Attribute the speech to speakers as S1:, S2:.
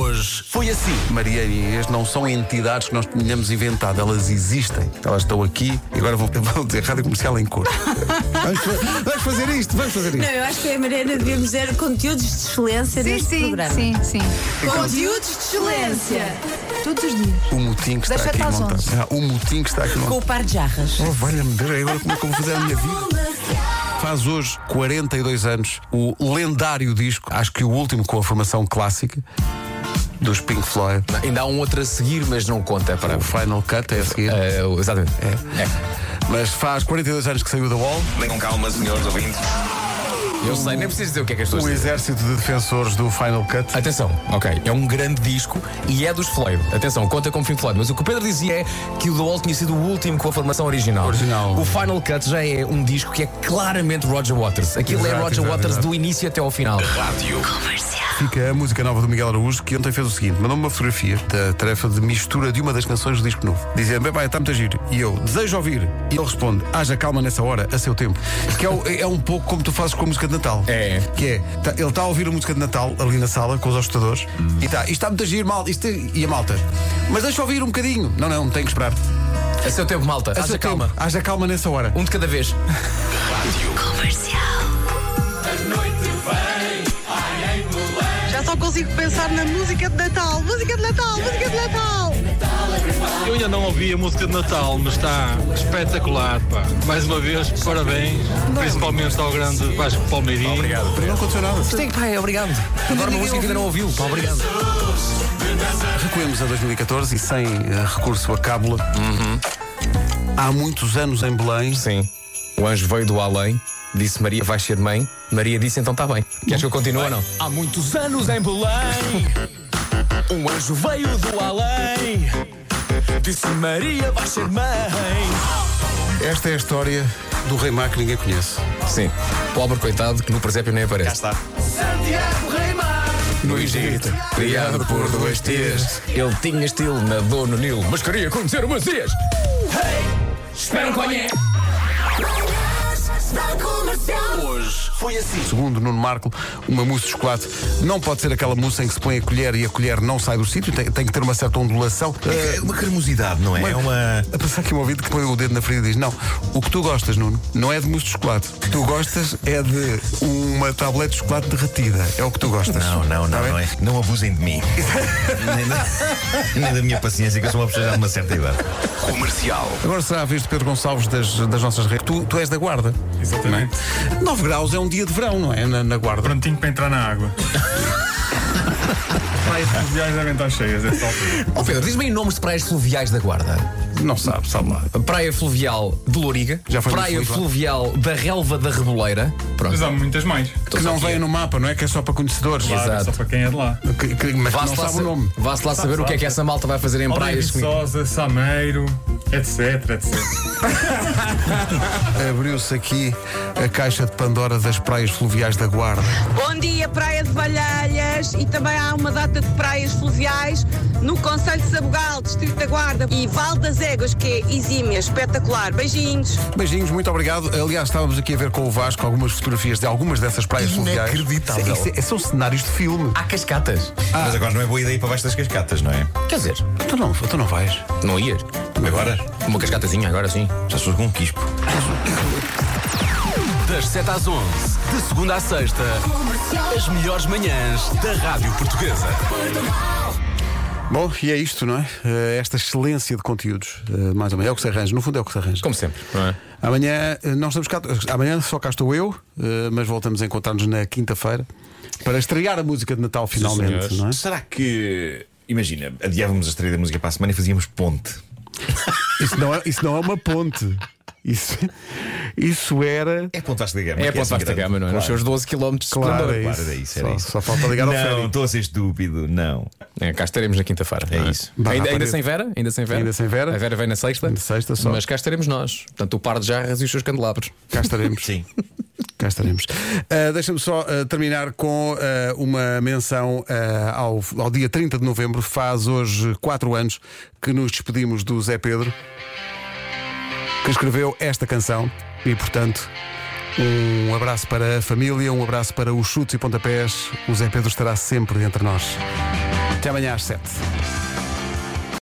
S1: Hoje foi assim. Maria e Inês não são entidades que nós tenhamos inventado, elas existem. Elas estão aqui e agora vão, vão dizer rádio comercial em cor. vamos, fa- vamos fazer isto, vamos fazer
S2: Não,
S1: isto.
S2: eu acho que a Mariana devíamos dizer conteúdos de excelência
S3: Sim,
S2: neste
S3: sim,
S2: programa.
S3: sim, sim.
S2: Conteúdos de excelência.
S3: Todos os dias.
S1: O motim que está
S3: Deixa
S1: aqui
S3: estar os
S1: montado.
S3: onze.
S1: Ah, o motim que está aqui
S2: Com
S1: montado.
S2: o par de jarras.
S1: Oh, valha-me Deus, é agora como é que eu vou fazer a minha vida? Faz hoje 42 anos o lendário disco, acho que o último com a formação clássica, dos Pink Floyd.
S4: Ainda há um outro a seguir, mas não conta para.
S1: O Final Cut é a seguir.
S4: É, exatamente.
S1: Mas faz 42 anos que saiu da Wall.
S5: Bem com calma, senhores ouvintes.
S4: Eu sei, nem preciso dizer o que é que as pessoas
S1: O
S4: dizem.
S1: exército de defensores do Final Cut.
S4: Atenção, ok, é um grande disco e é dos Floyd. Atenção, conta como Pink Floyd. Mas o que o Pedro dizia é que o The Wall tinha sido o último com a formação original.
S1: Original.
S4: O Final Cut já é um disco que é claramente Roger Waters. Aquilo é
S1: Exato,
S4: Roger
S1: exato,
S4: Waters
S1: exato.
S4: do início até ao final.
S1: Fica a música nova do Miguel Araújo, que ontem fez o seguinte: mandou-me uma fotografia da tarefa de mistura de uma das canções do disco novo, dizendo, bem, vai, está muito a giro. E eu, desejo ouvir. E ele responde, haja calma nessa hora, a seu tempo. Que é, o- é um pouco como tu fazes com a música de Natal.
S4: É.
S1: Que é, tá- ele está a ouvir a música de Natal ali na sala, com os assustadores, e está, isto está muito a giro, mal, isto, é-" e a malta. Mas deixa ouvir um bocadinho. Não, não, tenho que esperar.
S4: A seu tempo, malta,
S1: A
S4: haja
S1: seu
S4: calma.
S1: tempo, haja calma nessa hora.
S4: Um de cada vez.
S6: Já só consigo pensar na música de Natal, música de Natal, música de Natal.
S7: Eu ainda não ouvi a música de Natal, mas está espetacular, pá. Mais uma vez, parabéns, principalmente ao grande Vasco Palmeirinho.
S4: Obrigado.
S1: Não aconteceu nada.
S4: Tem que, pai, obrigado. Adoro uma música que ainda não ouviu. Pá, obrigado.
S1: Recuemos a 2014 e sem eh, recurso à cábula.
S4: Uhum.
S1: Há muitos anos em Belém.
S4: Sim. O anjo veio do além, disse Maria, vais ser mãe. Maria disse, então está bem. Queres que eu continue ou não? Há muitos anos em Belém, um anjo veio do além, disse Maria, vais ser mãe.
S1: Esta é a história do Rei Mar que ninguém conhece.
S4: Sim. Pobre coitado que no presépio nem aparece.
S5: está.
S4: No Egito, criado por duas tias, ele tinha estilo na Dono Nilo, mas queria conhecer o Messias. Espero que conheça.
S5: assim.
S1: Segundo Nuno Marco, uma mousse de chocolate não pode ser aquela mousse em que se põe a colher e a colher não sai do sítio, tem, tem que ter uma certa ondulação. Eh,
S5: É uma cremosidade, não é? É uma.
S1: a pensar que um ouvido que põe o dedo na ferida e diz: Não, o que tu gostas, Nuno, não é de mousse de chocolate. O que tu gostas é de uma tablete de chocolate derretida. É o que tu gostas.
S5: Não, não,
S1: Tá
S5: não,
S1: bem?
S5: não é. Não abusem de mim. nem, da, nem da minha paciência, que eu sou uma pessoa já de uma certa idade. Comercial.
S1: Agora será a vez de Pedro Gonçalves das, das nossas redes. Tu, tu és da Guarda. Exatamente. 9 graus é um dia de verão, não é? Na, na Guarda.
S8: Prontinho para entrar na água. Praias fluviais devem estar cheias, é só.
S4: Ó Pedro, diz-me aí nomes de praias fluviais da Guarda.
S1: Não sabe, sabe lá.
S4: Praia Fluvial de Louriga,
S1: Já foi
S4: Praia
S1: muito feliz lá.
S4: Fluvial da Relva da Reboleira. Pronto.
S8: Mas há muitas mais.
S1: Que não vem no mapa, não é? Que é só para conhecedores.
S8: Claro,
S4: Exato.
S8: só para quem é de lá.
S1: Que- que- mas que não sabe o nome.
S4: Vá-se lá saber o que é que essa malta vai fazer em
S8: Praia
S4: praias. comigo.
S8: Viçosa, Sameiro, etc, etc.
S1: Abriu-se aqui a caixa de Pandora das praias fluviais da Guarda.
S6: Bom dia, Praia de Valhalhas e também há uma data de praias fluviais no Conselho de Sabugal, Distrito da Guarda e Val das Éguas, que é exímia, espetacular. Beijinhos.
S1: Beijinhos, muito obrigado. Aliás, estávamos aqui a ver com o Vasco algumas fotografias de algumas dessas praias fluviais.
S5: Inacreditável.
S1: Isso é- isso é- são cenários de filme.
S4: Há cascatas.
S5: Mas agora não é boa ideia ir para baixo das cascatas, não é?
S4: Quer dizer,
S1: Tu não, tu não vais.
S4: não ias?
S5: Agora
S4: Uma cascatazinha, agora
S1: É
S4: sim.
S5: já sou com um quispo.
S9: Das 7 às 11, de segunda à sexta, as melhores manhãs da Rádio Portuguesa.
S1: Bom, e é isto, não é? Eh, Esta excelência de conteúdos, eh, mais ou menos. É o que se arranja. No fundo, é o que se arranja.
S4: Como sempre, não é?
S1: Amanhã eh, nós estamos cá, amanhã só cá estou eu, eh, mas voltamos a encontrar-nos na quinta-feira para estrear a música de Natal finalmente, não é?
S5: Será que. Imagina, adiávamos a estreia da música para a semana e fazíamos ponte.
S1: Isso não é, isso não é uma ponte. Isso, isso era.
S5: É ponte vasta da gama.
S4: É a
S5: que
S4: Ponte
S5: assim
S4: Vasta
S5: grande.
S4: Gama, não é? Nos
S5: Claro.
S4: seus 12 km de
S1: Claro,
S4: esplendor.
S1: é isso.
S5: Claro, era isso, era
S1: só,
S5: isso.
S1: só falta ligar ao
S5: Não,
S1: Freddy.
S5: estou a ser estúpido, não.
S4: É, cá estaremos na quinta-feira.
S5: É
S4: não
S5: isso.
S1: Barra à
S4: Ainda, ainda
S1: parede.
S4: sem Vera? Ainda sem Vera?
S1: Ainda sem Vera.
S4: A Vera vem na sexta.
S1: Na sexta só.
S4: Mas cá estaremos nós. Portanto, o par de jarras e os seus candelabros.
S1: Cá estaremos.
S5: Sim.
S1: Cá estaremos. Ah, Deixa-me só ah, terminar com ah, uma menção ah, ao, ao dia 30 de novembro. Faz hoje 4 anos que nos despedimos do Zé Pedro, que escreveu esta canção. E, portanto, um abraço para a família, um abraço para os chutes e pontapés. O Zé Pedro estará sempre entre nós. Até amanhã às 7.